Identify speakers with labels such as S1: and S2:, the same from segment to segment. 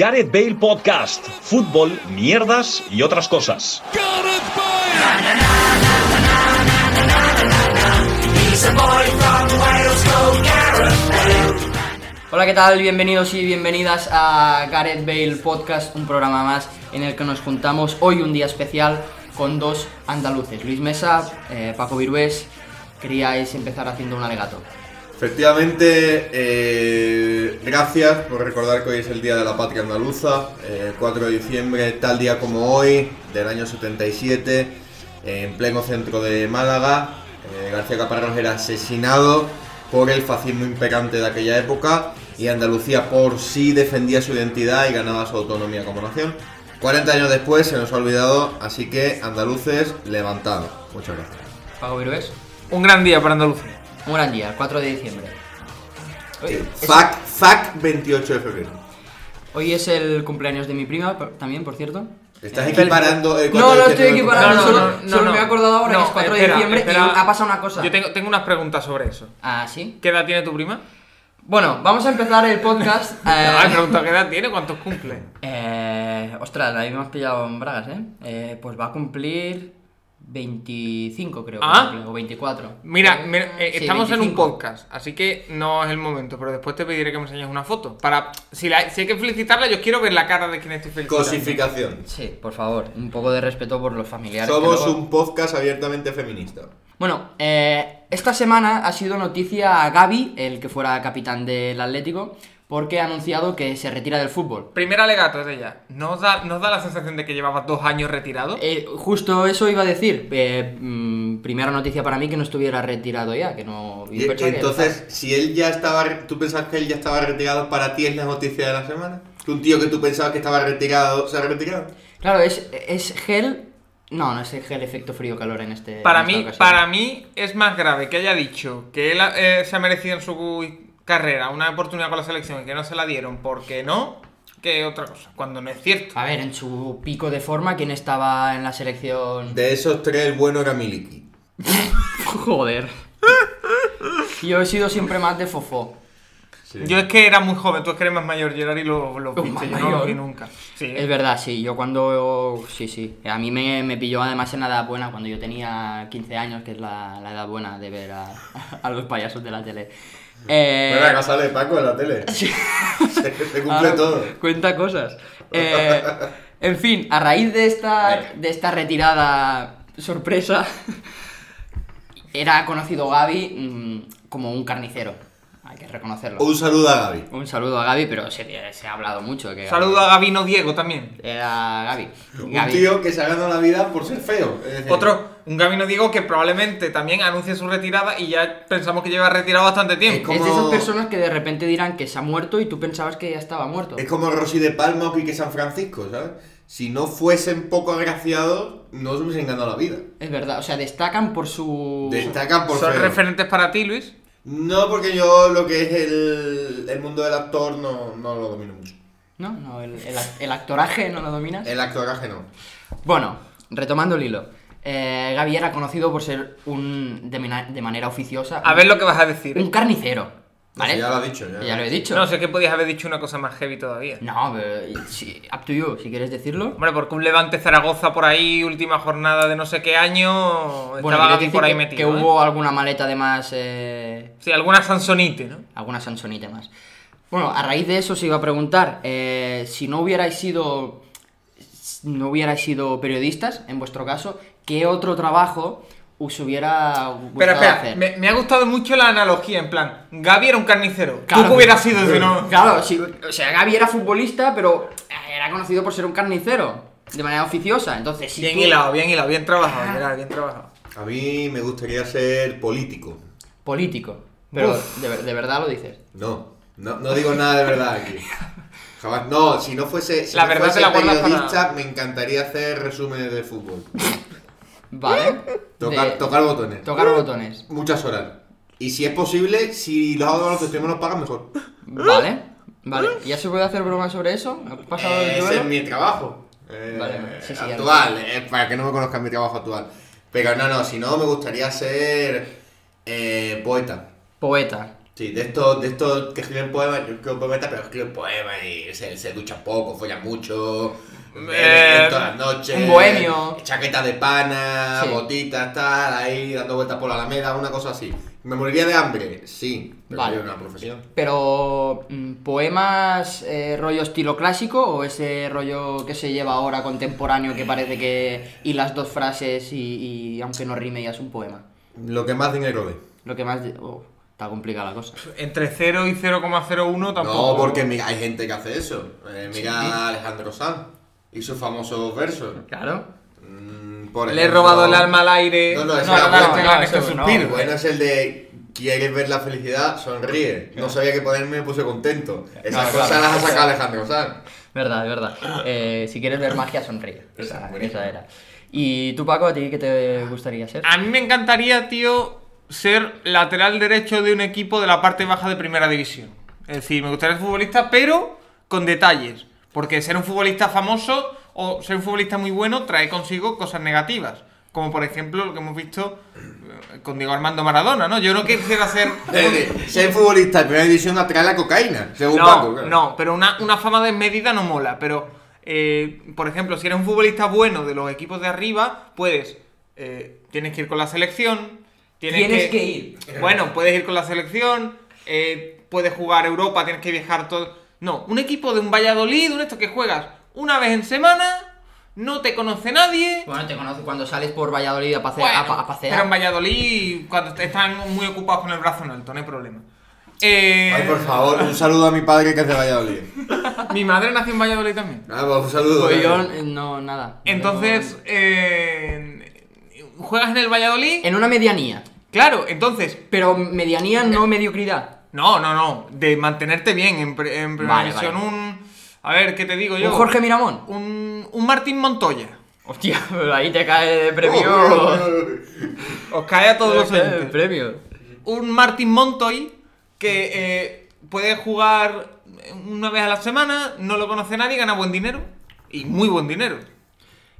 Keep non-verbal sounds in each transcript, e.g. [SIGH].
S1: Gareth Bale Podcast, fútbol, mierdas y otras cosas.
S2: Hola, ¿qué tal? Bienvenidos y bienvenidas a Gareth Bale Podcast, un programa más en el que nos juntamos hoy un día especial con dos andaluces, Luis Mesa, eh, Paco Virués. Queríais empezar haciendo un alegato.
S3: Efectivamente, eh, gracias por recordar que hoy es el Día de la Patria Andaluza, eh, 4 de diciembre, tal día como hoy, del año 77, eh, en pleno centro de Málaga. eh, García Caparrós era asesinado por el fascismo imperante de aquella época y Andalucía por sí defendía su identidad y ganaba su autonomía como nación. 40 años después se nos ha olvidado, así que andaluces, levantados. Muchas gracias.
S2: Paco Virués,
S4: Un gran día para Andalucía.
S2: un gran día, 4 de diciembre. Hoy, es-
S3: FAC, FAC 28 de febrero.
S2: hoy es el cumpleaños de mi prima por- también, por cierto. Eh,
S3: Estás equiparando el
S2: No, no estoy
S4: No,
S2: equiparando,
S4: no,
S2: solo,
S4: no, no,
S2: solo
S4: no.
S2: me he acordado ahora
S4: No,
S2: que es 4 de
S4: espera,
S2: diciembre y
S4: espera.
S2: ha pasado una cosa.
S4: Yo tengo, tengo unas preguntas sobre eso.
S2: Ah, sí.
S4: ¿Qué edad tiene tu prima?
S2: Bueno, vamos a empezar el podcast.
S4: [LAUGHS] Ah, he
S2: eh,
S4: preguntado qué edad tiene, cuántos cumple.
S2: Eh, ostras, ahí me has pillado en bragas, ¿eh? Eh, Pues va a cumplir 25, creo. que
S4: Ah.
S2: cumple, o 24.
S4: Mira, mira, eh,
S2: Sí,
S4: estamos en un
S2: 25.
S4: podcast, así que no es el momento, pero después te pediré que me enseñes una foto. Para, si, la- si hay que felicitarla, yo quiero ver la cara de quien estoy felicitando.
S3: Cosificación.
S2: Sí, por favor, un poco de respeto por los familiares.
S3: Somos
S2: que luego-
S3: un podcast abiertamente feminista.
S2: Bueno, eh, esta semana ha sido noticia a Gaby, el que fuera capitán del Atlético, porque ha anunciado que se retira del fútbol.
S4: Primer alegato de ella. ¿No os da, no os da la sensación de que llevabas dos años retirado?
S2: Eh, justo eso iba a decir. eh, mm, primera noticia para mí que no estuviera retirado ya, que no. yo
S3: Y-
S2: pensaba que-
S3: entonces, si él ya estaba. re- ¿Tú pensabas que él ya estaba retirado? ¿Para ti es la noticia de la semana? ¿Que un tío que tú pensabas que estaba retirado se ha retirado?
S2: Claro, es, es gel. No, no es el gel efecto frío-calor en este.
S4: Para
S2: en esta
S4: mí,
S2: ocasión.
S4: para mí es más grave que haya dicho que él eh, se ha merecido en su carrera una oportunidad con la selección y que no se la dieron porque no, que otra cosa, cuando no es cierto.
S2: A ver, en su pico de forma, ¿quién estaba en la selección?
S3: De esos tres, el bueno era Miliki.
S2: Joder. [LAUGHS] Yo he sido siempre más de fofó.
S4: Yo es que era muy joven, tú es que eres más mayor, Gerard, y
S2: [LAUGHS]
S4: lo, lo
S2: Más
S4: viste, yo no lo
S2: mayor.
S4: vi nunca. Sí,
S2: Es verdad, sí. Yo cuando. Sí, sí. A mí me, me pilló además en la edad buena, cuando yo tenía 15 años, que es la, la edad buena de ver a, [LAUGHS] a los payasos de la tele. Eh,
S3: Bueno,
S2: [LAUGHS]
S3: acá sale Paco en la tele. se, se cumple
S2: Ahora
S3: todo.
S2: Cuenta cosas. Eh, en fin, a raíz de esta,
S3: Venga.
S2: de esta retirada sorpresa, era conocido Gaby mm, como un carnicero. Hay que reconocerlo.
S3: Un saludo a Gaby.
S2: Un saludo a Gaby, pero se, se ha hablado mucho. Que
S4: Saludo a Gabino Diego también.
S2: Era Gaby.
S3: Un tío que se ha ganado la vida por ser feo. Es decir,
S4: Otro, un Gabino Diego que probablemente también anuncie su retirada y ya pensamos que lleva retirado bastante
S2: Es,
S4: tiempo.
S2: es de esas
S3: como-
S2: personas que de repente dirán que se ha muerto y tú pensabas que ya estaba muerto.
S3: Es como Rosy de Palma o Quique San Francisco, ¿sabes? Si no fuesen poco agraciados, no se hubiesen ganado la vida.
S2: Es verdad, o sea, destacan por su.
S3: Destacan por
S4: ¿Son
S3: feo.
S4: referentes para ti, Luis?
S3: No, porque yo lo que es el, el mundo del actor no, no lo domino mucho.
S2: No, no, el, el act- el actoraje no lo dominas.
S3: El actoraje no.
S2: Bueno, retomando el hilo. Eh, Gaby era conocido por ser un. de, mena- de manera oficiosa.
S4: A ver lo que vas a decir.
S2: Un carnicero. ¿Vale?
S3: Sí, ya lo has dicho, ya.
S2: Ya lo he dicho.
S4: No sé que podías haber dicho una cosa más heavy todavía.
S2: No, pero. sí, up to you, si quieres decirlo.
S4: Hombre, porque un Levante Zaragoza por ahí, última jornada de no sé qué año,
S2: Bueno,
S4: estaba
S2: quiero
S4: Gaby
S2: decir
S4: por ahí
S2: que,
S4: metido.
S2: que
S4: ¿eh?
S2: hubo alguna maleta de más. eh,
S4: Sí, alguna Sansonite, ¿no?
S2: alguna Sansonite más. Bueno, a raíz de eso se iba a preguntar, eh, si no hubierais sido no hubierais sido periodistas, en vuestro caso, ¿qué otro trabajo os hubiera gustado
S4: Pero espera,
S2: hacer?
S4: me, me ha gustado mucho la analogía, en plan, Gaby era un carnicero.
S2: Claro.
S4: ¿Tú qué hubieras sido si no?
S2: Claro, sí, o sea, Gaby era futbolista, pero eh, era conocido por ser un carnicero, de manera oficiosa, entonces si
S4: Bien
S2: tú-
S4: hilado, bien hilado, bien trabajado, Gerard, bien trabajado.
S3: A mí me gustaría ser político.
S2: Político, pero
S4: Uf.
S2: de, ver- de verdad lo dices.
S3: No, no, no digo nada de verdad
S4: [LAUGHS]
S3: aquí. Jamás. No, si no fuese, si
S4: La
S3: no
S4: verdad
S3: fuese
S4: te la guardas
S3: periodista,
S4: para-
S3: me encantaría hacer resúmenes de fútbol.
S2: Vale.
S3: Tocar,
S2: De-
S3: tocar botones.
S2: tocar botones.
S3: Muchas horas. Y si es posible, si los autores nos pagan mejor.
S2: Vale. Vale, ¿ya se puede hacer broma sobre eso? ¿Ha pasado el
S3: Eh, Ese
S2: duelo?
S3: es mi trabajo. eh,
S2: Vale, sí, sí, ya
S3: actual, eh, para que no me conozcan mi trabajo actual. Pero no, no, si no, me gustaría ser eh, poeta.
S2: Poeta.
S3: Sí, de estos, de estos que escriben poemas, yo escribo poetas, pero escriben poemas y se, se duchan poco, follan mucho,
S4: Eh,
S3: beben todas las noches.
S2: un bohemio.
S3: Chaqueta de pana,
S2: Sí.
S3: botitas, tal, ahí dando vueltas por la alameda, una cosa así. ¿Me moriría de hambre? Sí, pero
S2: Vale.
S3: hay una profesión.
S2: Pero, mm, ¿poemas eh, rollo estilo clásico o ese rollo que se lleva ahora contemporáneo que parece que y las dos frases y, y aunque no rime ya es un poema?
S3: Lo que más dinero dé.
S2: Lo que más... de- oh, está complicada la cosa.
S4: Entre 0 y 0,01 tampoco.
S3: No, porque mira, hay gente que hace eso. Eh, mira a Alejandro Sanz y sus famosos versos.
S2: Claro.
S3: Mm, por
S4: Le he
S3: ejemplo-
S4: robado el alma al aire.
S3: No, no,
S2: No,
S3: ese
S2: no,
S3: era
S2: no,
S3: bueno.
S2: no,
S4: Este
S2: no,
S4: gran
S2: eso
S4: es un
S2: no.
S4: suspiro.
S3: Bueno, es el de quieres ver la felicidad, sonríe. No sabía qué ponerme, me puse contento. Esas
S2: Claro,
S3: cosas
S2: claro.
S3: las ha sacado Alejandro Sanz.
S4: [LAUGHS]
S2: Verdad, verdad. Eh, si quieres ver magia, sonríe.
S3: Esa,
S2: Esa,
S3: buenísima.
S2: esa era. ¿Y tú, Paco, a ti qué te gustaría ser?
S4: A mí me encantaría, tío, ser lateral derecho de un equipo de la parte baja de primera división. Es decir, me gustaría ser futbolista, pero con detalles. Porque ser un futbolista famoso o ser un futbolista muy bueno trae consigo cosas negativas. Como por ejemplo lo que hemos visto eh, con Diego Armando Maradona, ¿no? Yo no quisiera ser.
S3: [LAUGHS] Ser futbolista de primera división atrae la cocaína, según Paco.
S4: No,
S3: claro.
S4: no, pero una, una fama desmedida no mola. Pero, eh, por ejemplo, si eres un futbolista bueno de los equipos de arriba, puedes. eh, tienes que ir con la selección. Tienes,
S2: Tienes que ir.
S4: Bueno, puedes ir con la selección. eh, puedes jugar Europa, tienes que viajar todo. No, un equipo de un Valladolid, un esto que juegas una vez en semana, no te conoce nadie.
S2: Bueno, te conozco cuando sales por Valladolid a, pasear, a,
S4: Bueno,
S2: pa- a pasear.
S4: Pero en Valladolid, cuando est- están muy ocupados con el brazo en alto, no hay problema. Eh,
S3: Ay, por favor, un saludo a mi padre que es de Valladolid.
S4: Mi madre nació en Valladolid también.
S3: Ah, pues un saludo.
S2: Pues yo,
S3: eh.
S2: eh, no, nada.
S4: Entonces, eh, juegas en el Valladolid.
S2: En una medianía.
S4: Claro, entonces.
S2: Pero medianía, no mediocridad.
S4: No, no, no. De mantenerte bien en, pre- en primera
S2: Vale,
S4: división.
S2: vale.
S4: Un. A ver, ¿qué te digo yo?
S2: ¿Un Jorge Miramón?
S4: Un, un Martín Montoya.
S2: Hostia, pero ahí te cae de
S3: Oh,
S2: premio.
S4: Os cae a todos los
S2: Te cae de
S4: oyentes.
S2: premio.
S4: Un Martín Montoy que eh, puede jugar una vez a la semana, no lo conoce nadie, gana buen dinero. Y muy buen dinero.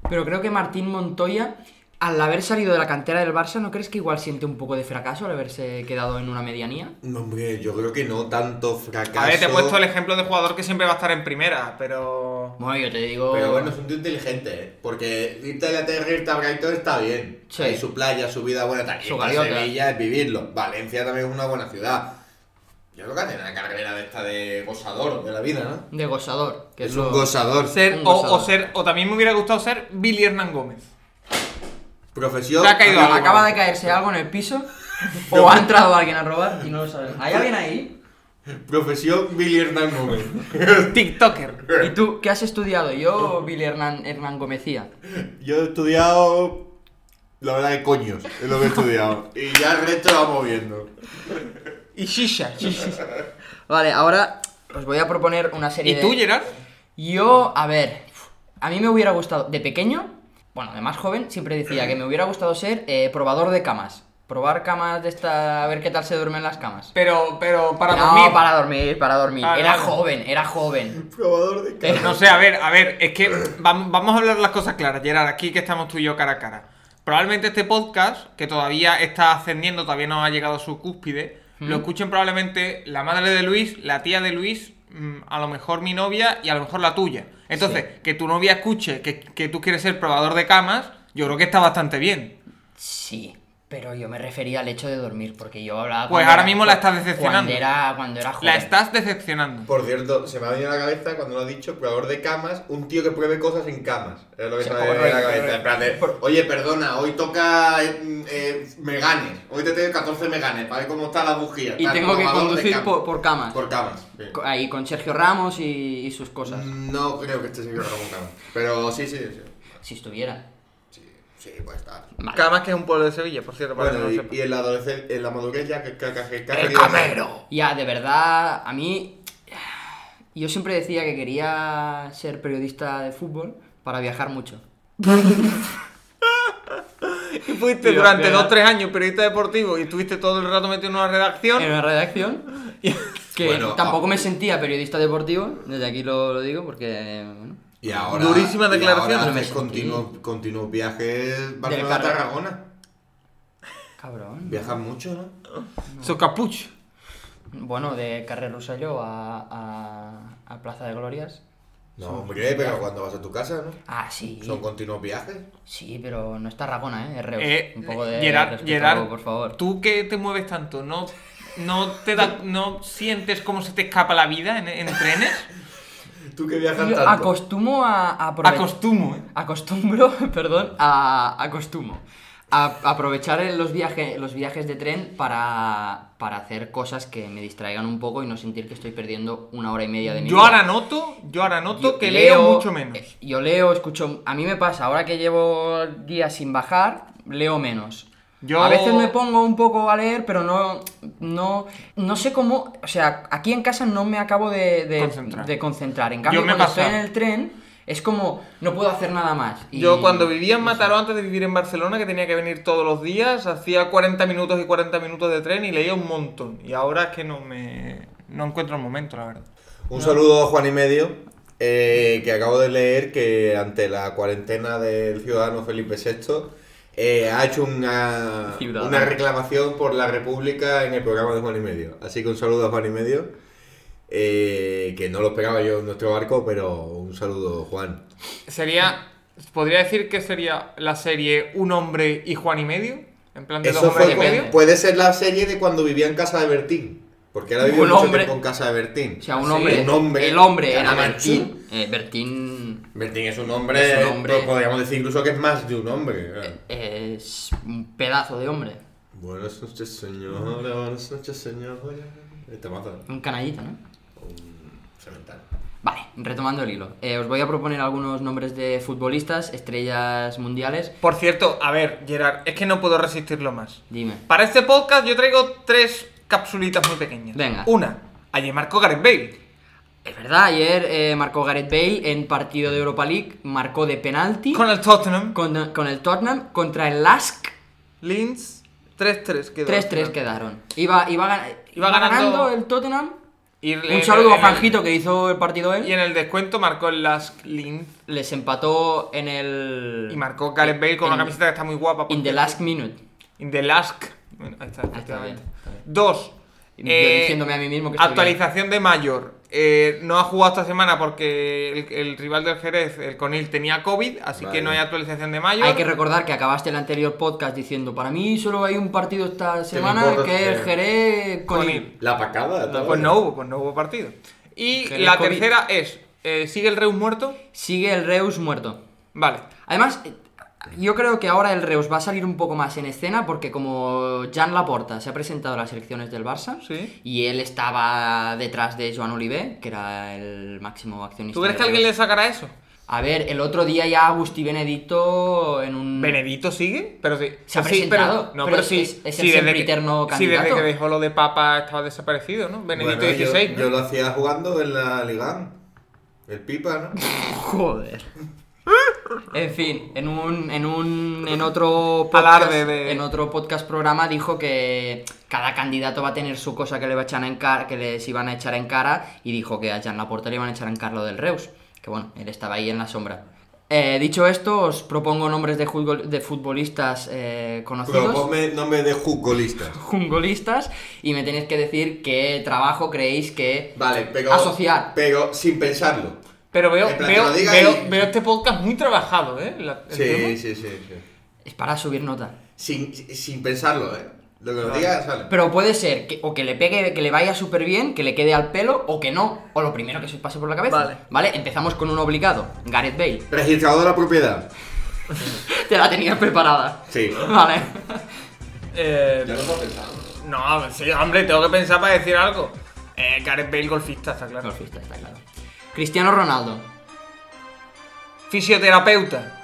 S2: Pero creo que Martín Montoya, al haber salido de la cantera del Barça, ¿no crees que igual siente un poco de fracaso al haberse quedado en una medianía?
S3: No, hombre, yo creo que no tanto fracaso.
S4: A ver, te he puesto el ejemplo de jugador que siempre va a estar en primera, pero.
S2: Bueno, yo te digo.
S3: Pero bueno, es un tío inteligente, ¿eh? porque irte a la tierra, irte a Brighton está bien.
S2: Sí.
S3: Hay su playa, su vida buena, tal.
S2: Su
S3: Y para
S2: gaviota.
S3: Sevilla es vivirlo. Valencia también es una buena ciudad. Yo creo que hace una carrera de esta de gozador de la vida, ¿no?
S2: De gozador. Que
S3: es
S2: es
S3: un
S2: lo-
S3: gozador.
S4: Ser,
S2: Un
S4: o,
S2: gozador.
S4: o ser, o también me hubiera gustado ser Billy Hernán Gómez.
S3: Profesión.
S4: Se ha caído algo.
S2: Acaba de caerse algo en el
S4: [LAUGHS]
S2: piso. O ha entrado alguien a robar y no lo sabemos. ¿Hay alguien ahí?
S3: Profesión Billy Hernán Gómez.
S4: TikToker.
S2: ¿Y tú qué has estudiado? Yo, Billy Hernán, Hernán Gómezía.
S3: Yo he estudiado. La verdad, que coños, es lo que he estudiado. y ya el resto lo vamos viendo.
S4: Y Shisha.
S2: Vale, ahora os voy a proponer una serie
S4: ¿Y
S2: de.
S4: tú, Gerard?
S2: Yo, a ver, a mí me hubiera gustado, de pequeño, bueno, de más joven, siempre decía que me hubiera gustado ser eh, probador de camas. Probar camas de esta, a ver qué tal se duermen las camas.
S4: Pero, pero para
S2: no,
S4: dormir.
S2: para dormir, para dormir.
S4: Ah,
S2: era
S4: no.
S2: joven, era joven.
S3: Probador de
S2: Te-
S4: No sé, a ver, a ver, es que vam- vamos a hablar las cosas claras, Gerard, aquí que estamos tú y yo cara a cara. Probablemente este podcast, que todavía está ascendiendo, todavía no ha llegado a su cúspide, lo escuchen probablemente la madre de Luis, la tía de Luis, mm, a lo mejor mi novia y a lo mejor la tuya. Entonces, que tu novia escuche que, que tú quieres ser probador de camas, yo creo que está bastante bien.
S2: Sí, pero yo me refería al hecho de dormir, porque yo hablaba.
S4: Pues
S2: cuando
S4: ahora
S2: era-
S4: mismo la estás
S2: cu-
S4: decepcionando.
S2: Cuando era, cuando era joven.
S4: La estás decepcionando.
S3: Por cierto, se me ha venido a la cabeza cuando lo ha dicho, probador de camas, un tío que pruebe cosas en camas. Es lo que
S2: Sí,
S3: se me ha
S2: por-
S3: venido a la
S2: por-
S3: cabeza. En plan de, oye, perdona, hoy toca eh, eh, meganes. Hoy te tengo 14 meganes para ver cómo está la bujía.
S2: Y
S3: Tal,
S2: tengo que
S3: probador de
S2: conducir
S3: camas.
S2: por, por camas.
S3: Por camas. sí.
S2: Co- Ahí con Sergio Ramos y, y sus cosas.
S4: Mm.
S3: No creo que este señor Ramón Camas. Pero sí, sí, sí.
S2: Si estuviera.
S3: Sí, sí puede estar.
S2: Vale.
S4: Camas, que es un pueblo de Sevilla, por cierto, para que no
S3: Bueno,
S4: lo
S3: y,
S4: sepa.
S3: y en la adolescencia, en la madurez ya que que
S4: ¡El camero!
S2: Ya, de verdad, a mí. Yo siempre decía que quería ser periodista de fútbol para viajar mucho.
S4: Y fuiste
S2: Tío,
S4: durante
S2: de
S4: 2-3 años periodista deportivo y estuviste todo el rato metido en una redacción.
S2: En una
S4: [LAUGHS]
S2: redacción. Que
S3: Bueno,
S2: tampoco
S3: ah.
S2: me sentía periodista deportivo. Desde aquí lo, lo digo porque. bueno,
S3: Y ahora.
S4: Durísima declaración.
S3: Y ahora
S2: No me
S3: haces continuos, continuos viajes
S2: carro.
S3: Barcelona-Tarragona.
S2: cabrón.
S3: Viajas mucho, ¿no?
S4: Socapuch.
S2: Bueno, de Carrer Rosselló a, a, a Plaza de Glorias.
S3: No, hombre, pero cuando vas a tu casa, ¿no?
S2: Ah, sí.
S3: Son continuos viajes.
S2: Sí, pero no está Ragona, ¿eh? Es Reus.
S4: Eh,
S2: Un poco de
S4: Gerard,
S2: respeto,
S4: Gerard,
S2: por favor.
S4: tú que te mueves tanto, ¿no, no, te da, ¿no sientes cómo se te escapa la vida en, en trenes?
S2: [LAUGHS]
S3: Tú que viajas
S2: Yo
S3: tanto.
S2: acostumo a, a aprove-
S4: Acostumo, ¿eh?
S2: acostumbro, [LAUGHS] perdón, a acostumo a aprovechar el- los viajes los viajes de tren para, para hacer cosas que me distraigan un poco y no sentir que estoy perdiendo una hora y media de mi
S4: Yo
S2: vida.
S4: ahora noto, yo ahora noto
S2: Yo
S4: que leo, mucho menos.
S2: eh, Yo leo, escucho. A mí me pasa, ahora que llevo días sin bajar, leo menos.
S4: Yo-
S2: A veces me pongo un poco a leer, pero no, no, no sé cómo. O sea, aquí en casa no me acabo de, de-
S4: Concentrar.
S2: de concentrar. En cambio,
S4: me
S2: cuando
S4: pasa.
S2: estoy en el tren, es como no puedo hacer nada más. Y-
S4: Yo cuando vivía en Mataró, antes de vivir en Barcelona, que tenía que venir todos los días, hacía 40 minutos y 40 minutos de tren y leía un montón. Y ahora es que no me... no encuentro el momento, la verdad.
S3: Un saludo a Juan y Medio, eh, que acabo de leer que ante la cuarentena del ciudadano Felipe VI eh, ha hecho una,
S2: Ciudadano.
S3: una reclamación por la República en el programa de Juan y Medio. Así que un saludo a Juan y Medio, eh, que no lo esperaba yo en nuestro barco, pero un saludo, Juan.
S4: Sería... Podría decir que sería la serie Un hombre y Juan y medio. En plan de dos
S3: Eso
S4: hombres
S3: fue
S4: y
S3: con-
S4: medio.
S2: medio.
S3: puede ser la serie de cuando vivía en casa de Bertín, porque él ha vivido
S2: Un
S3: mucho
S2: hombre-
S3: tiempo en casa de Bertín.
S2: O sea, un
S4: Sí,
S2: hombre.
S3: un hombre.
S2: El hombre
S3: Cada
S2: era
S3: manchín.
S2: Bertín. eh, Bertín
S3: Bertín es un hombre,
S2: Es un hombre. Eh.
S3: pues podríamos decir incluso que es más de un hombre. claro.
S2: es un pedazo de hombre.
S3: Buenas noches, señora. Buenas noches, señora. Este Te mata.
S2: Un canallito, ¿no?
S3: Un cemental.
S2: Vale, retomando el hilo. Eh, os voy a proponer algunos nombres de futbolistas, estrellas mundiales.
S4: Por cierto, a ver, Gerard, es que no puedo resistirlo más.
S2: Dime.
S4: Para este podcast yo traigo tres capsulitas muy pequeñas.
S2: Venga.
S4: Una, ayer marcó Gareth Bale.
S2: Es verdad, ayer eh, marcó Gareth Bale en partido de Europa League, marcó de penalti
S4: Con el Tottenham.
S2: con, con el Tottenham contra el Lask.
S4: Linz, 3-3 quedó.
S2: 3-3 quedaron. Iba, iba, gan-
S4: Iba
S2: iba ganando...
S4: ganando
S2: el Tottenham.
S4: Y
S2: Un
S4: le-
S2: saludo a
S4: en el-
S2: Juanjito que hizo el partido él.
S4: Y en el descuento marcó el Lask Linz.
S2: Les empató en el.
S4: Y marcó Gareth Bale con
S2: en-
S4: una camiseta que está muy guapa. por
S2: In the
S4: cierto.
S2: last minute.
S4: In the Lask. Bueno, ahí
S2: está
S4: está.
S2: bien,
S4: efectivamente.
S2: está bien.
S4: Dos. eh,
S2: Yo diciéndome a mí mismo que estoy
S4: Actualización de Mayor. Eh, no ha jugado esta semana porque el, el rival del Jerez, el Conil, tenía COVID, así
S3: Vale.
S4: que no hay actualización de Mayor.
S2: Hay que recordar que acabaste el anterior podcast diciendo: Para mí solo hay un partido esta semana
S3: importa
S2: que es
S3: que-
S2: Jerez con.
S4: Con
S2: el-
S3: La pacada. todo.
S4: Pues no hubo, pues no hubo partido. Y
S2: Jerez
S4: la
S2: COVID.
S4: tercera es, eh, ¿sigue el Reus muerto?
S2: Sigue el Reus muerto.
S4: Vale.
S2: Además, eh, yo creo que ahora el Reus va a salir un poco más en escena porque como Jan Laporta se ha presentado a las elecciones del Barça
S4: Sí.
S2: y él estaba detrás de Joan Olivé, que era el máximo accionista.
S4: ¿Tú crees
S2: del
S4: que alguien
S2: Reus.
S4: le sacará eso?
S2: A ver, el otro día ya Agustí Benedicto en un...
S4: ¿Benedito sigue? Pero sí.
S2: Mm. Se ha
S4: sí,
S2: presentado,
S4: pero, no,
S2: pero
S4: pero sí.
S2: es- es el
S4: sí, desde
S2: siempre
S4: que-
S2: eterno
S4: Sí, desde
S2: candidato.
S4: que dejó lo de Papa estaba desaparecido, ¿no? Benedito
S3: Bueno, yo-
S4: 16.
S3: Yo,
S4: ¿no?
S3: lo hacía jugando en la Liga. El Pipa, ¿no?
S2: Joder. En fin, en un, en un, en otro
S4: Alarde de-
S2: en otro podcast programa dijo que cada candidato va a tener su cosa que le va a echar en cara, que les iban a echar en cara y dijo que a Jan Laporta le iban a echar en cara lo del Reus, que bueno, él estaba ahí en la sombra. Eh, dicho esto, os propongo nombres de, juzgo- de futbolistas eh, conocidos.
S3: Pero ponme nombre de futbolista.
S2: jungolistas y me tenéis que decir qué trabajo creéis que
S3: Vale, pero.
S2: asociar.
S3: Pero sin pensarlo.
S4: Pero veo,
S3: En plan,
S4: veo,
S3: que lo diga
S4: veo,
S3: y-
S4: veo este podcast muy trabajado, ¿eh? La- el
S3: Sí,
S4: tema.
S3: sí, sí. sí.
S2: Es para subir nota.
S3: Sin, sin pensarlo, ¿eh? Lo que nos diga sale.
S2: Pero puede ser que, o que le pegue, que le vaya súper bien, que le quede al pelo, o que no, o lo primero que se os pase por la cabeza.
S4: Vale.
S2: empezamos con un obligado, Gareth Bale. [LAUGHS]
S3: Registrado de la propiedad.
S2: Te la tenías preparada. [LAUGHS]
S3: Sí.
S2: Vale.
S4: Eh,
S3: Ya lo hemos pensado.
S4: no, sí, hombre, tengo que pensar para decir algo. Eh, Gareth Bale, golfista, está claro.
S2: Golfista, está claro. Cristiano Ronaldo.
S4: Fisioterapeuta.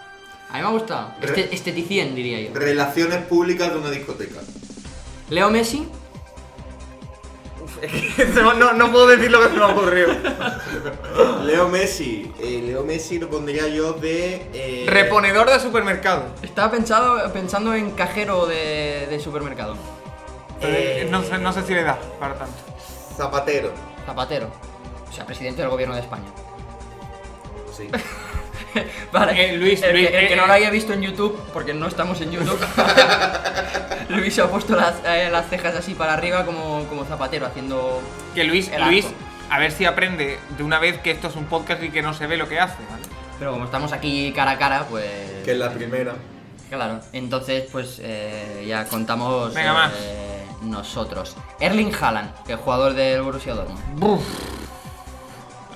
S2: A mí me ha gustado. Este, esteticien, diría yo.
S3: Relaciones públicas de una discoteca.
S2: Leo Messi.
S4: Uf, es que [LAUGHS] no, no- no puedo decir lo que se me
S3: [LAUGHS]
S4: ha ocurrido.
S3: Leo Messi. Eh, Leo Messi lo pondría yo de. eh,
S4: Reponedor de supermercado.
S2: Estaba pensado, pensando en cajero de, de supermercado.
S4: Eh, no, sé, no sé si le da para tanto.
S3: Zapatero.
S2: Zapatero. O sea, presidente del gobierno de España.
S3: Sí.
S2: Vale.
S4: Eh, Luis,
S2: el,
S4: Luis,
S2: que, el que
S4: eh,
S2: no lo
S4: eh. [LAUGHS]
S2: haya visto en YouTube, porque no estamos en YouTube. Luis se ha puesto las, eh, las cejas así para arriba como, como zapatero haciendo...
S4: Que Luis,
S2: El arco.
S4: Luis, a ver si aprende de una vez que esto es un podcast y que no se ve lo que hace, ¿vale?
S2: Pero como estamos aquí cara a cara, pues...
S3: Que es la primera.
S2: Claro, entonces pues eh, ya contamos
S4: Venga, más.
S2: eh, nosotros. Erling Haaland, que es jugador del Borussia Dortmund.
S4: Buf.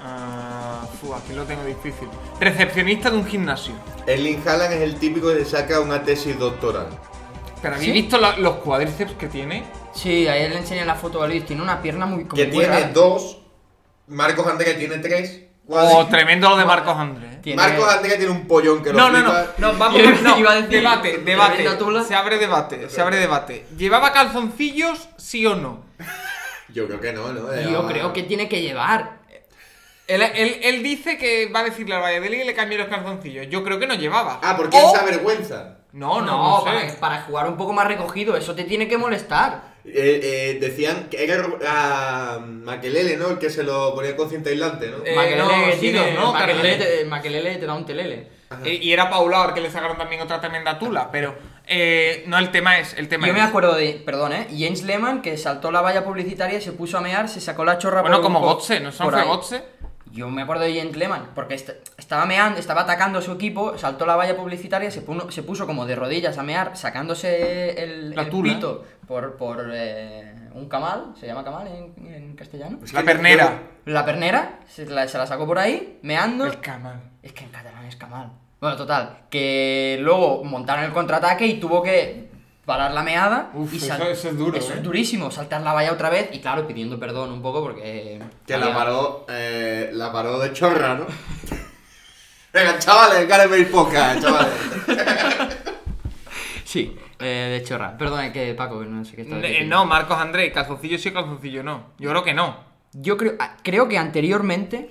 S4: Ah, fu, aquí lo tengo difícil. Recepcionista de un gimnasio.
S3: Erling Haaland es el típico que saca una tesis doctoral.
S4: Pero habéis
S2: ¿Sí?
S4: visto la- los cuádriceps que tiene.
S2: Sí, ayer le enseñé la foto a Luis, tiene una pierna muy... como
S3: Que
S2: muy
S3: tiene
S2: rara.
S3: dos. Marcos Andrés tiene tres.
S4: O Oh, tremendo lo de Marcos Andrés. ¿eh?
S2: Tiene- [LAUGHS]
S3: Marcos Andrés tiene un pollón que lo
S4: No, no, no,
S3: flipa.
S4: no, vamos,
S2: Yo
S4: no,
S2: iba a decir,
S4: debate, debate,
S2: ¿tremenda tula?
S4: se abre debate, se abre debate. ¿Llevaba calzoncillos, sí o no?
S3: Yo creo que no, ¿no?
S2: Yo creo que tiene que llevar.
S4: Él, él- él dice que va a decirle al Valladolid y le cambie los calzoncillos. Yo creo que no llevaba.
S2: pues
S3: Ah,
S2: ¡Oh!
S3: porque
S4: O-
S3: esa vergüenza.
S4: No, no, no sé.
S2: para, para jugar un poco más recogido, eso te tiene que molestar.
S3: Eh, eh, decían que era a Maquelele, ¿no? El que se lo ponía con cinta aislante, ¿no?
S4: Eh, no, sí, no, no,
S2: Makelele
S4: Carlele.
S2: te, Makelele te da un telele.
S4: Eh, Y era Paulao, que le sacaron también otra tremenda tula, pero eh, no, el tema es, el tema
S2: Yo
S4: es.
S2: me acuerdo de, perdón, ¿eh? Jens Lehmann que saltó la valla publicitaria, se puso a mear, se sacó la chorra
S4: Bueno,
S2: por un
S4: como
S2: po-
S4: Gotze, ¿no son
S2: por ahí.
S4: Gotze?
S2: Yo me acuerdo de Jens Lehmann, porque est- estaba meando, estaba atacando a su equipo, saltó la valla publicitaria, se, puno- se puso como de rodillas a mear, sacándose el,
S4: La
S2: el
S4: tula.
S2: pito por, por eh, un camal, ¿se llama camal en, en castellano?
S3: Es
S4: La
S3: que
S4: pernera.
S2: La pernera, se la, se la sacó por ahí, meando.
S4: El camal.
S2: Es que en catalán es camal. Bueno, total, que luego montaron el contraataque y tuvo que parar la meada.
S4: Uf,
S2: y
S4: eso-
S2: sal-
S4: eso es duro,
S2: Eso
S4: ¿eh?
S2: es durísimo, saltar la valla otra vez y claro, pidiendo perdón un poco porque...
S3: Que
S2: había-
S3: la paró, eh, la paró de chorra, ¿no? [LAUGHS] Venga, chavales, Gareth poca, chavales.
S2: Sí, eh, de chorra. Perdón, que Paco, no sé qué estaba
S4: Eh,
S2: diciendo.
S4: No, Marcos Andrés, calzoncillo sí, calzoncillo no. Yo creo que no.
S2: Yo creo, ah, creo que anteriormente...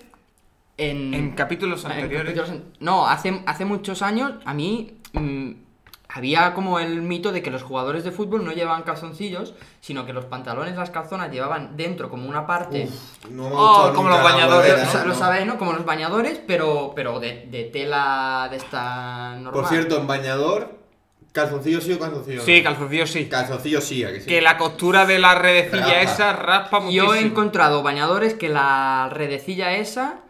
S2: En,
S4: En capítulos
S2: en
S4: anteriores.
S2: capítulos an- no, hace, hace muchos años a mí mm, había como el mito de que los jugadores de fútbol no llevaban calzoncillos, sino que los pantalones, las calzonas llevaban dentro como una parte...
S3: No me ha
S4: Oh,
S3: gustado
S4: como
S3: nunca
S4: los
S3: la
S4: bañadores,
S3: huevera,
S2: O sea,
S3: ¿no?
S2: lo sabéis, ¿no? Como los bañadores, pero, pero de, de tela de esta normal.
S3: Por cierto, en bañador, calzoncillo sí o calzoncillo.
S4: Sí,
S3: no?
S4: calzoncillo sí.
S3: calzoncillo sí, a que sí.
S4: Que la costura de la redecilla
S3: Raspa.
S4: esa raspa muchísimo.
S2: yo he encontrado bañadores que la redecilla esa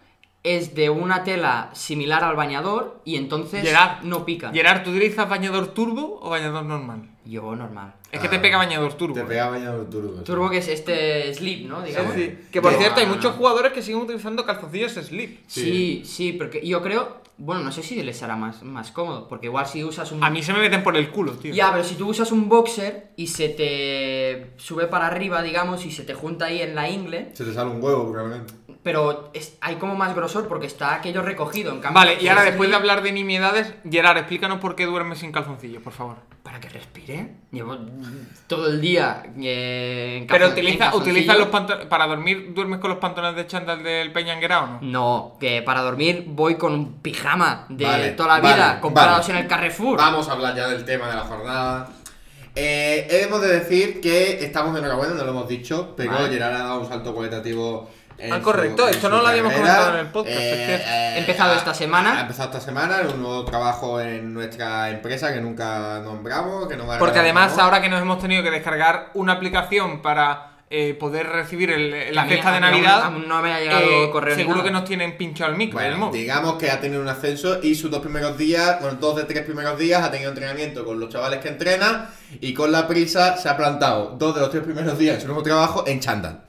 S2: es de una tela similar al bañador y entonces
S4: Gerard.
S2: no pica.
S4: Gerard, ¿tú utilizas bañador turbo o bañador normal?
S2: Yo normal.
S4: Es que te
S3: Ah,
S4: pega bañador turbo. ¿eh?
S3: Te pega bañador turbo. sí.
S2: Turbo que es este slip, ¿no? Digamos.
S3: Sí, sí.
S4: Que por
S3: No,
S4: cierto, hay
S2: no,
S4: muchos
S2: no.
S4: jugadores que siguen utilizando calzoncillos slip.
S2: Sí, sí, porque yo creo, bueno, no sé si les hará más, más cómodo, porque igual si usas un
S4: A mí se me meten por el culo, tío.
S2: Ya, pero si tú usas un boxer y se te sube para arriba, digamos, y se te junta ahí en la ingle,
S3: Se te sale un huevo, probablemente.
S2: pero es- hay como más grosor porque está aquello recogido, en cambio.
S4: Vale, y ahora
S2: es
S4: después de
S2: slip
S4: hablar de nimiedades, Gerard, explícanos por qué duermes sin calzoncillos, por favor.
S2: Para que respire. Llevo todo el día eh, en
S4: Pero
S2: calzon- en
S4: utiliza,
S2: calzoncillo.
S4: utiliza los pantalones. Para dormir, ¿duermes con los pantalones de chándal del Peñanguera o no?
S2: No, que para dormir voy con un pijama de
S3: Vale,
S2: toda la vida,
S3: vale,
S2: comprados
S3: vale.
S2: en el Carrefour.
S3: Vamos a hablar ya del tema de la jornada. Eh, hemos de decir que estamos de enhorabuena, no lo hemos dicho, pero
S2: Vale.
S3: Gerard ha dado un salto cualitativo. en
S4: Ah,
S3: su-
S4: correcto,
S3: en
S4: esto
S3: su
S4: no lo habíamos
S3: carrera. Eh,
S4: comentado en el podcast, es que
S2: ha empezado esta semana.
S3: Ha empezado esta semana, un nuevo trabajo en nuestra empresa que nunca nombramos, que no va a
S4: Porque
S3: agradar,
S4: además,
S3: ¿no?
S4: ahora que nos hemos tenido que descargar una aplicación para eh, poder recibir el- la
S2: A mí-
S4: cesta de
S2: a mí aún-
S4: Navidad, eh,
S2: aún no me ha llegado correo ni
S4: seguro
S2: nada.
S4: que nos tienen pinchado el micro en el
S3: Bueno,
S4: móvil.
S3: digamos que ha tenido un ascenso y sus dos primeros días, bueno, dos de tres primeros días ha tenido entrenamiento con los chavales que entrena y con la prisa se ha plantado dos de los tres primeros días en su nuevo trabajo en chándal.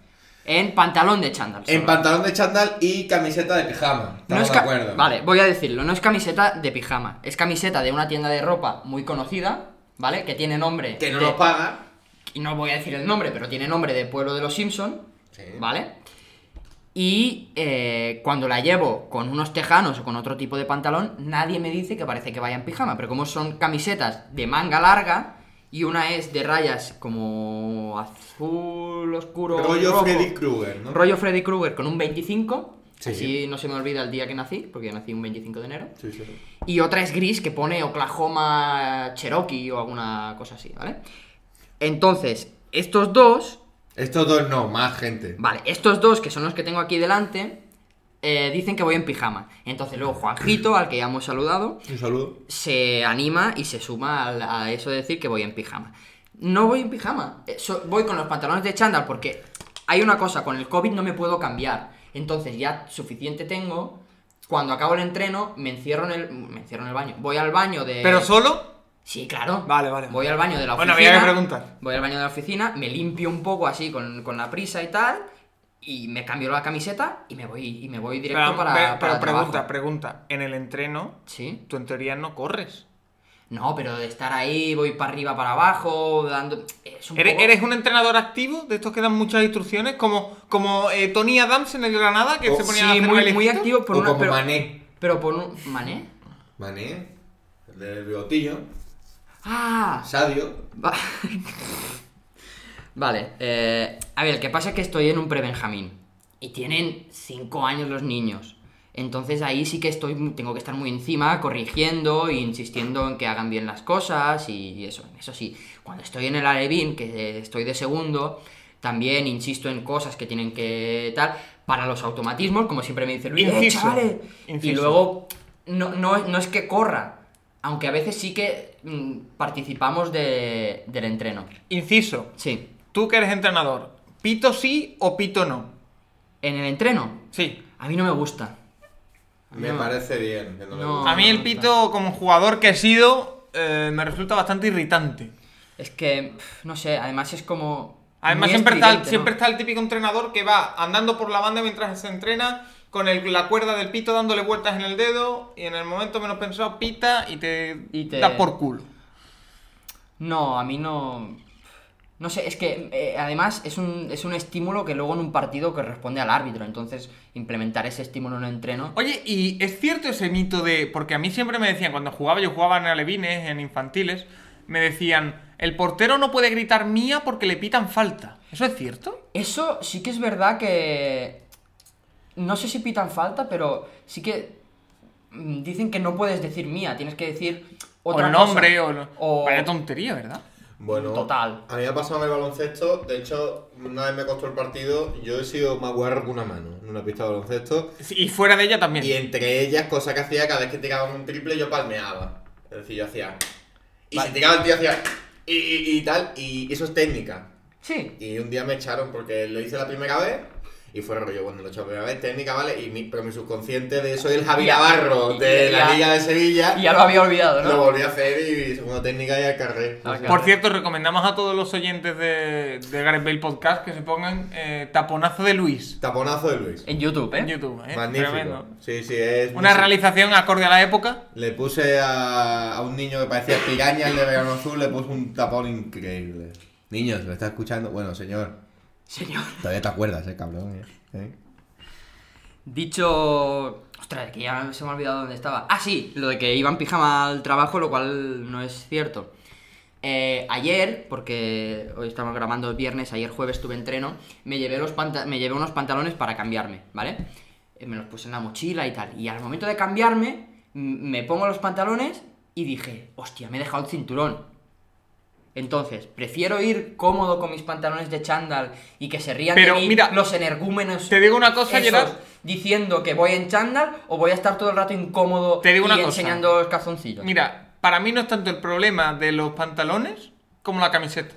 S2: En pantalón de chándal.
S3: En
S2: solo.
S3: pantalón de chándal y camiseta de pijama. Estamos
S2: No es
S3: de
S2: ca-
S3: acuerdo.
S2: Vale, voy a decirlo, no es camiseta de pijama, es camiseta de una tienda de ropa muy conocida, ¿vale? Que tiene nombre...
S3: Que no
S2: de-
S3: nos paga.
S2: Y no voy a decir el nombre, pero tiene nombre de Pueblo de los Simpson,
S3: Sí.
S2: ¿vale? Y eh, cuando la llevo con unos tejanos o con otro tipo de pantalón, nadie me dice que parece que vaya en pijama, pero como son camisetas de manga larga y una es de rayas como azul oscuro...
S3: Rollo
S2: rojo,
S3: Freddy Krueger, ¿no?
S2: Rollo Freddy Krueger con un 25.
S3: Sí.
S2: Así no se me olvida el día que nací, porque yo nací un 25 de enero.
S3: Sí, sí.
S2: Y otra es gris que pone Oklahoma Cherokee o alguna cosa así, ¿vale? Entonces, estos dos,
S3: Estos dos no, más gente.
S2: vale, estos dos que son los que tengo aquí delante, eh, dicen que voy en pijama. Entonces luego Juanjito, al que ya hemos saludado,
S3: Un saludo.
S2: se anima y se suma al- a, eso de decir que voy en pijama. No voy en pijama. Eh, so- voy con los pantalones de chándal porque hay una cosa, con el COVID no me puedo cambiar. Entonces ya suficiente tengo. Cuando acabo el entreno, me encierro en el, me encierro en el baño. Voy al baño de...
S4: ¿Pero solo?
S2: Sí, claro.
S4: Vale, vale.
S2: Voy al baño de la
S4: Bueno,
S2: oficina.
S4: había que preguntar.
S2: Voy al baño de la oficina, me limpio un poco así con, con la prisa y tal. Y me cambio la camiseta y me voy, y me voy directo
S4: Pero,
S2: para.
S4: pero-
S2: para
S4: pero
S2: el
S4: pregunta,
S2: trabajo.
S4: pregunta. En el entreno,
S2: Sí.
S4: tú en teoría no corres.
S2: No, pero de estar ahí, voy para arriba, para abajo, dando. Es un
S4: ¿Eres,
S2: poco-
S4: eres un entrenador activo? De estos que dan muchas instrucciones, como, como eh, Tony Adams en el Granada, que
S3: Oh,
S4: se ponía a
S2: Sí,
S4: hacer
S2: muy,
S4: bailecito.
S2: muy activo por
S3: o
S2: una.
S3: como
S2: pero,
S3: Mané.
S2: pero por un. ¿Mané?
S3: Mané, el del bigotillo,
S2: ¡Ah!
S3: Sadio.
S2: Va- vale, eh, a ver, el que pasa es que estoy en un pre-Benjamín y tienen 5 años los niños. Entonces ahí sí que estoy, tengo que estar muy encima, corrigiendo e insistiendo en que hagan bien las cosas y eso. Eso sí, cuando estoy en el Alevín, que estoy de segundo, también insisto en cosas que tienen que tal, para los automatismos, como siempre me dice Luis, "Eh,
S4: Inciso,
S2: chavales". Y
S4: inciso.
S2: luego no, no, no es que corra, aunque a veces sí que mm, participamos de, del entreno.
S4: Inciso,
S2: Sí.
S4: tú que eres entrenador, ¿pito sí o pito no?
S2: En el entreno,
S4: Sí.
S2: a mí no me gusta.
S3: Me
S2: No.
S3: parece bien. que no le
S2: No.
S3: guste.
S4: A mí el pito, como jugador que he sido, eh, me resulta bastante irritante.
S2: Es que, pf, no sé, además es como...
S4: Además,
S2: muy
S4: siempre está, el,
S2: estridente,
S4: siempre
S2: ¿no?
S4: está el típico entrenador que va andando por la banda mientras se entrena, con el- la cuerda del pito dándole vueltas en el dedo, y en el momento menos pensado pita y te,
S2: Y te-
S4: da por culo.
S2: No, a mí no... No sé, es que eh, además es un, es un estímulo que luego en un partido corresponde al árbitro, entonces implementar ese estímulo en el entreno...
S4: Oye, ¿y es cierto ese mito de.? Porque a mí siempre me decían, cuando jugaba, yo jugaba en alevines, en infantiles, me decían, el portero no puede gritar mía porque le pitan falta. ¿Eso es cierto?
S2: Eso sí que es verdad que. No sé si pitan falta, pero sí que. mm, Dicen que no puedes decir mía, tienes que decir
S4: o
S2: otro
S4: el nombre, o, no-
S2: O-
S4: Vaya tontería, ¿verdad?
S3: Bueno,
S2: Total.
S3: A mí me ha pasado en el baloncesto. De hecho, una vez me costó el partido. Yo he sido más guarro que una mano en una pista de baloncesto.
S4: Sí, Y fuera de ella también.
S3: Y entre ellas, cosa que hacía cada vez que tiraban un triple, yo palmeaba. Es decir, yo hacía. Y si tiraba el tío, hacía. Y, y- y tal. Y eso es técnica.
S2: Sí.
S3: Y un día me echaron porque lo hice la primera vez. Y fue rollo, bueno, lo he hecho la primera vez, técnica, ¿vale? Y mi, pero mi subconsciente de soy el Javi
S2: Ya.
S3: Navarro de
S2: Y
S3: la
S2: ya.
S3: Liga de Sevilla.
S2: Y ya lo había olvidado,
S3: Lo
S2: ¿no? Ah,
S3: volví a hacer y segunda técnica y al carré.
S2: Al
S4: Por cierto, recomendamos a todos los oyentes de, de Gareth Bale Podcast que se pongan eh, Taponazo de Luis
S3: Taponazo de Luis.
S2: En YouTube, ¿eh?
S4: en YouTube. ¿eh?
S3: Magnífico.
S4: Tremendo.
S3: Sí, sí, es.
S4: Una
S3: sí.
S4: realización acorde a la época.
S3: Le puse a, a un niño que parecía piraña, el de Verano Azul, le puse un tapón increíble. Niños, ¿me está escuchando? Bueno, señor,
S2: Señor.
S3: todavía te acuerdas, eh, cabrón. eh, ¿eh?
S2: Dicho. Ostras, que ya se me ha olvidado dónde estaba. Ah, sí, lo de que iba en pijama al trabajo, lo cual no es cierto. Eh, ayer, porque hoy estamos grabando el viernes, ayer jueves tuve entreno, me llevé, los panta- me llevé unos pantalones para cambiarme, ¿vale? Eh, Me los puse en la mochila y tal. Y al momento de cambiarme, m- me pongo los pantalones y dije, hostia, me he dejado el cinturón. Entonces, prefiero ir cómodo con mis pantalones de chándal y que se rían
S4: Pero
S2: de mí
S4: mira,
S2: los energúmenos
S4: te digo una cosa,
S2: esos
S4: Gerard.
S2: diciendo que voy en chándal o voy a estar todo el rato incómodo
S4: Te digo una
S2: y
S4: cosa.
S2: enseñando los calzoncillos.
S4: Mira, para mí no es tanto el problema de los pantalones como la camiseta.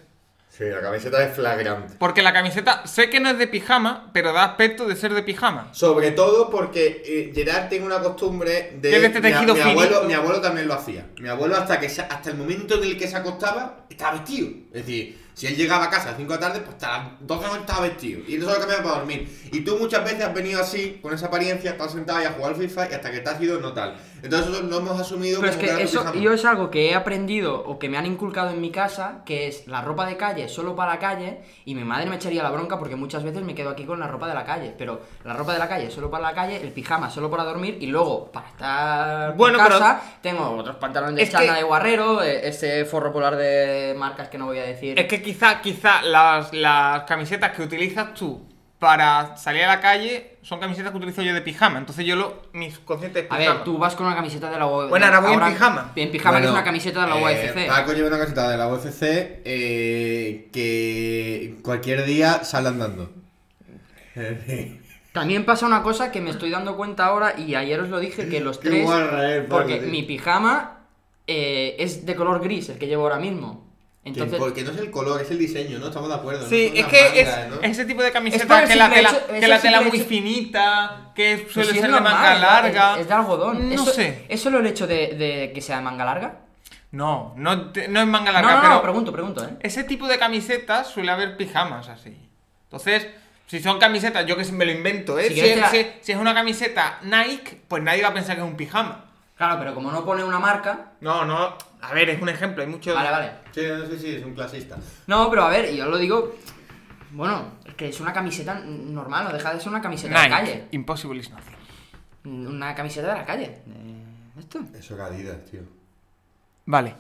S3: Sí, la camiseta es flagrante.
S4: Porque la camiseta sé que no es de pijama, pero da aspecto de ser de pijama.
S3: Sobre todo porque eh, Gerard tiene una costumbre de.
S4: Que es de este
S3: mi a-
S4: tejido
S3: mi, abuelo,
S4: finito.
S3: mi abuelo también lo hacía. Mi abuelo, hasta que se- hasta el momento en el que se acostaba, estaba vestido. Es decir, si él llegaba a casa a las 5 de la tarde, pues hasta las 12 de la noche estaba vestido. Y no solo cambiaba para dormir. Y tú muchas veces has venido así, con esa apariencia, estás sentado y a jugar al FIFA, y hasta que te has ido, no tal. Entonces, nosotros lo hemos asumido
S2: Pero es
S3: como
S2: que
S3: era tu
S2: eso
S3: pijama.
S2: yo es algo que he aprendido o que me han inculcado en mi casa, que es la ropa de calle solo para la calle y mi madre me echaría la bronca porque muchas veces me quedo aquí con la ropa de la calle, pero la ropa de la calle solo para la calle, el pijama solo para dormir y luego para estar
S4: Bueno,
S2: en
S4: pero-
S2: casa tengo otros pantalones de
S4: Es
S2: chándal
S4: que-
S2: de guerrero, ese forro polar de marcas que no voy a decir.
S4: Es que quizá, quizá las, las camisetas que utilizas tú para salir a la calle son camisetas que utilizo yo de pijama. Entonces yo lo. Mis conscientes
S2: A ver, tú vas con una camiseta de la E UFC.
S4: Bueno, ahora voy en pijama.
S2: En pijama, que es
S3: Bueno,
S2: una camiseta de la E
S3: eh,
S2: UFC.
S3: Paco lleva una camiseta de la UFC eh, que cualquier día sale andando.
S2: También pasa una cosa que me estoy dando cuenta ahora, y ayer os lo dije, que los
S3: Qué
S2: tres.
S3: guarra, eh, Paco,
S2: porque
S3: tío.
S2: mi pijama eh, es de color gris, el que llevo ahora mismo. Entonces,
S3: Que- porque no es el color, es el diseño, ¿no? Estamos de acuerdo.
S4: Sí,
S3: no
S4: es
S3: son
S4: que
S3: las
S4: es,
S3: mangas, ¿no?
S4: ese tipo de
S2: por
S4: camisetas
S2: el
S4: que la
S2: simple
S4: tela,
S2: hecho- es
S4: que la
S2: el
S4: tela
S2: simple
S4: muy
S2: hecho-
S4: finita, que
S2: pues
S4: suele
S2: sí,
S4: ser
S2: es
S4: de
S2: normal,
S4: manga
S2: es-
S4: larga.
S2: Es, de algodón.
S4: No
S2: eso,
S4: sé.
S2: ¿Es solo el hecho de, de que sea manga larga?
S4: No, no, te- no es
S2: No,
S4: manga larga,
S2: no, no,
S4: pero
S2: pregunto, pregunto, ¿eh?
S4: ese tipo de camisetas suele haber pijamas así. Entonces, si son camisetas, yo que me lo invento, ¿eh?
S2: Si
S4: Si,
S2: quieres
S4: es,
S2: te la-
S4: si- si es una camiseta Nike, pues nadie va a pensar que es un pijama.
S2: Claro, pero como no pone una marca.
S4: No, no, a ver, es un ejemplo, hay mucho...
S2: Vale, vale.
S3: Sí, no, sí, sí, es un clasista.
S2: No, pero a ver, yo lo digo. Bueno, es que es una camiseta normal, no deja de ser una camiseta de
S4: Nike,
S2: la calle.
S4: Impossible is nothing.
S2: Una camiseta de la calle. Eh, esto.
S3: Eso era Adidas, tío.
S4: Vale.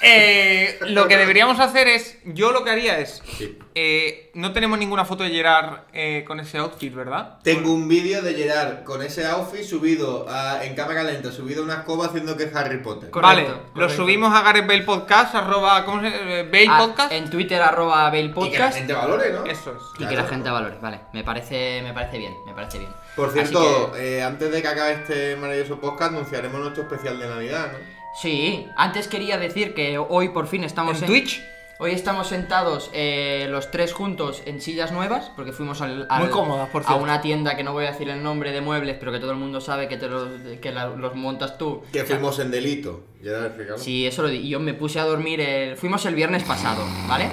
S4: Eh, lo que deberíamos hacer es. Yo lo que haría es.
S3: Sí.
S4: eh, no tenemos ninguna foto de Gerard eh, con ese outfit, ¿verdad?
S3: Tengo un vídeo de Gerard con ese outfit subido a- en cámara lenta, subido a una escoba haciendo que es Harry Potter.
S2: Correcto,
S4: vale, lo
S2: correcto.
S4: subimos a Gareth Bale Podcast, arroba. ¿Cómo se eh, Bale
S2: Ah,
S4: Podcast.
S2: En Twitter, arroba Bale
S3: Y que la
S2: Podcast.
S3: gente valore, ¿no?
S4: Eso es.
S2: Y que la
S3: Claro.
S2: gente valore, vale. Me parece, me parece bien, me parece bien.
S3: Por
S2: Así
S3: cierto,
S2: que-
S3: eh, antes de que acabe este maravilloso podcast, anunciaremos nuestro especial de Navidad, ¿no?
S2: sí, antes quería decir que hoy por fin estamos
S4: ¿En Twitch?
S2: Hoy estamos sentados eh, los tres juntos en sillas nuevas, porque fuimos al, al-
S4: Muy cómodas, por
S2: a
S4: cierto.
S2: una tienda que no voy a decir el nombre de muebles, pero que todo el mundo sabe que, te los, que la- los montas tú.
S3: Que fuimos en delito. Gerard, fíjate.
S2: Sí, eso lo di. y Yo me puse a dormir. el- Fuimos el viernes pasado, ¿vale?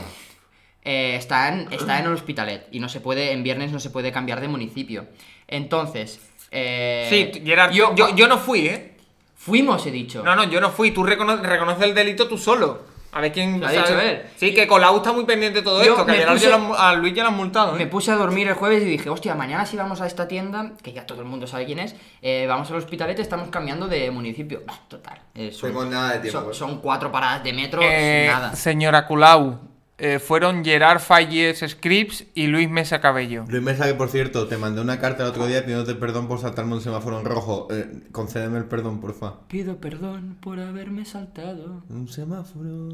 S2: Eh, está, en, está en el hospitalet y no se puede, en viernes no se puede cambiar de municipio. Entonces, eh,
S4: sí, t- Gerard, yo, yo, yo no fui, ¿eh?
S2: fuimos, he dicho.
S4: No, no, yo no fui. Tú recono- reconoces el delito tú solo. A ver quién.
S2: Lo ha
S4: sabe.
S2: dicho él.
S4: Sí, que Colau está muy pendiente de todo
S2: Yo
S4: esto. Que a,
S2: me
S4: Gerard ya
S2: puse-
S4: lo han- a Luis ya lo han multado. ¿eh?
S2: Me puse a dormir el jueves y dije, hostia, mañana si vamos a esta tienda, que ya todo el mundo sabe quién es, eh, vamos al hospitalet, estamos cambiando de municipio. Bah, total. eh, son,
S3: Fuimos nada de tiempo,
S2: son-
S3: eh.
S2: son cuatro paradas de metro,
S4: Eh,
S2: nada.
S4: Señora Culau, eh, fueron Gerard Falles Scripps y Luis Mesa Cabello.
S3: Luis Mesa, que por cierto, te mandé una carta el otro día pidiéndote perdón por saltarme un semáforo en rojo. Eh, concédeme el perdón, porfa.
S2: Pido perdón por haberme saltado.
S3: Un semáforo.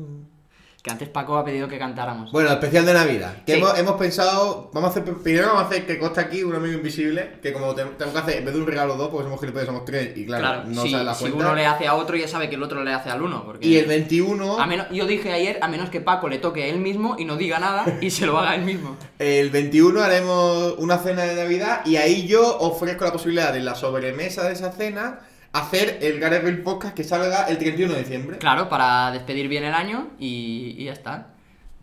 S2: Que antes Paco ha pedido que cantáramos.
S3: Bueno, especial de Navidad. Que
S2: Sí.
S3: hemos, hemos pensado. Vamos a hacer. Primero vamos a hacer que costa aquí un amigo invisible. Que como te- tengo que hacer. En vez de un regalo dos, porque somos gilipollas, somos tres. Y claro,
S2: claro,
S3: no
S2: si,
S3: sale la
S2: si
S3: cuenta.
S2: uno le hace a otro ya sabe que el otro le hace al uno. Porque
S3: Y el 21.
S2: a menos, yo dije ayer, a menos que Paco le toque a él mismo y no diga nada y se lo haga él mismo.
S3: El 21 haremos una cena de Navidad. Y ahí yo ofrezco la posibilidad de en la sobremesa de esa cena. Hacer el Gareth Bale Podcast que salga el 31 de diciembre.
S2: Claro, para despedir bien el año y, y ya está.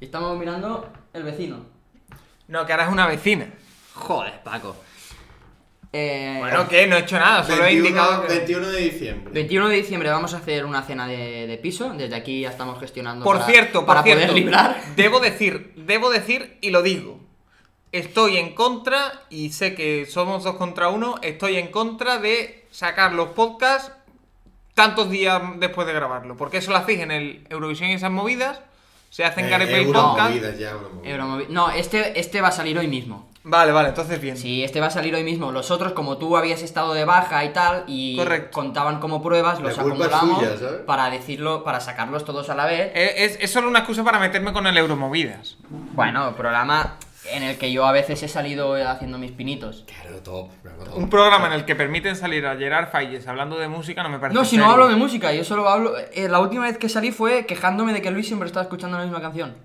S2: Y estamos mirando el vecino.
S4: No, que ahora es una vecina.
S2: Joder, Paco. Eh,
S4: Bueno, que no he hecho nada, solo he indicado. que-
S3: 21 de diciembre.
S2: 21 de diciembre vamos a hacer una cena de, de piso. Desde aquí ya estamos gestionando.
S4: Por
S2: para-
S4: cierto, por
S2: para
S4: cierto,
S2: poder librar.
S4: debo decir, debo decir y lo digo. Estoy en contra, y sé que somos dos contra uno, estoy en contra de sacar los podcasts tantos días después de grabarlo. Porque eso lo hacéis en el Eurovisión y esas movidas, se hacen
S3: Eh,
S4: Gareth Bale
S3: Euromovidas,
S4: Podcast.
S3: ya, Euromovidas.
S2: Euromovi- Eh, No, este, este va a salir hoy mismo.
S4: Vale, vale, entonces bien.
S2: Sí, este va a salir hoy mismo. Los otros, como tú habías estado de baja y tal, y
S4: Correcto.
S2: contaban como pruebas,
S3: La
S2: los
S3: culpa es
S2: acumulamos
S3: suya, ¿sabes?
S2: para decirlo, para sacarlos todos a la vez.
S4: Es, es- es solo una excusa para meterme con el Euromovidas.
S2: Bueno, programa en el que yo a veces he salido haciendo mis pinitos.
S3: Claro, top. bravo, top.
S4: Un programa en el que permiten salir a Gerard Falles hablando de música no me parece.
S2: No, si no
S4: serio.
S2: hablo de música, yo solo hablo. eh, la última vez que salí fue quejándome de que Luis siempre estaba escuchando la misma canción.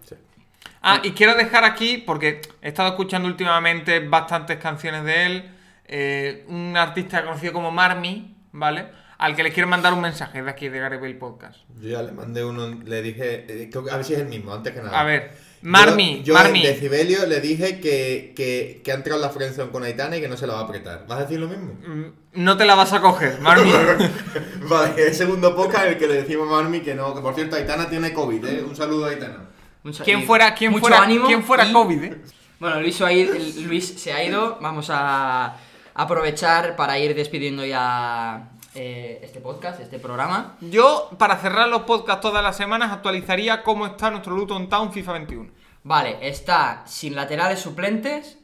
S4: Ah, y quiero dejar aquí, porque he estado escuchando últimamente bastantes canciones de él, eh, un artista conocido como Marmi, ¿vale? Al que le quiero mandar un mensaje de aquí, de Gareth Bale Podcast.
S3: Yo ya le mandé uno, le dije, eh, creo que- a ver si es el mismo, antes que nada.
S4: A ver, Marmi,
S3: yo, yo
S4: Marmi.
S3: en Decibelio le dije que, que, que ha entrado en la friendzone con Aitana y que no se la va a apretar. ¿Vas a decir lo mismo?
S4: Mm, No te la vas a coger, Marmi.
S3: [LAUGHS]
S2: [LAUGHS]
S3: vale, el segundo podcast en el que le decimos a Marmi que no, que por cierto Aitana tiene COVID, ¿eh? Un saludo a Aitana.
S2: Mucha-
S4: ¿Quién
S2: y
S4: fuera, quién
S2: mucho
S4: fuera,
S2: ánimo
S4: quién fuera
S2: y-
S4: COVID, eh?
S2: Bueno, Luis, se ha ido- Luis se ha ido. Vamos a aprovechar para ir despidiendo ya eh, este podcast, este programa.
S4: Yo, para cerrar los podcasts todas las semanas, actualizaría cómo está nuestro Luton Town FIFA 21.
S2: Vale, está sin laterales suplentes,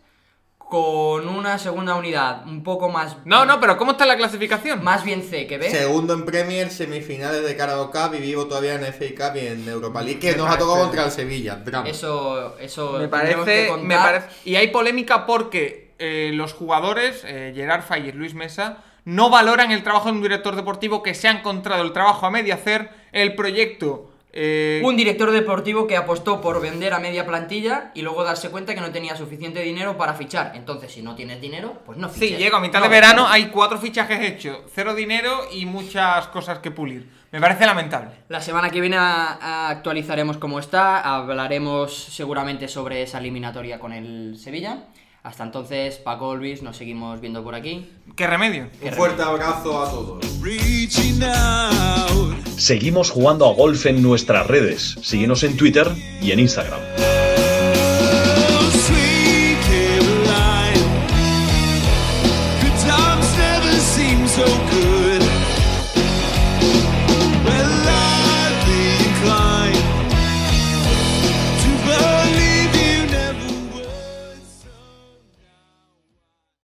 S2: con una segunda unidad un poco más.
S4: No, no, pero ¿cómo está la clasificación?
S2: Más bien C que B.
S3: Segundo en Premier, semifinales de Carabao Cup y vivo todavía en FA Cup y en Europa League, que
S4: Me
S3: nos ha tocado
S4: parece-
S3: contra el Sevilla. drama.
S2: Eso, eso
S4: me
S2: tendremos que
S4: parece, me
S2: contar.
S4: parece- Y hay polémica porque eh, los jugadores, eh, Gerard Fay y Luis Mesa, no valoran el trabajo de un director deportivo que se ha encontrado el trabajo a medio hacer, el proyecto Eh,
S2: Un director deportivo que apostó por vender a media plantilla y luego darse cuenta que no tenía suficiente dinero para fichar. Entonces, si no tienes dinero, pues no fiches.
S4: Sí, llego a mitad
S2: No,
S4: de verano, hay cuatro fichajes hechos, cero dinero y muchas cosas que pulir. Me parece lamentable.
S2: La semana que viene a- a- actualizaremos cómo está, hablaremos seguramente sobre esa eliminatoria con el Sevilla. Hasta entonces, Paco Olvis, nos seguimos viendo por aquí.
S4: ¿Qué remedio?
S3: Un fuerte abrazo a todos.
S5: Reaching out.
S1: Seguimos jugando a golf en nuestras redes. Síguenos en Twitter y en Instagram.
S5: Oh, sweet Caroline. Good times never seem so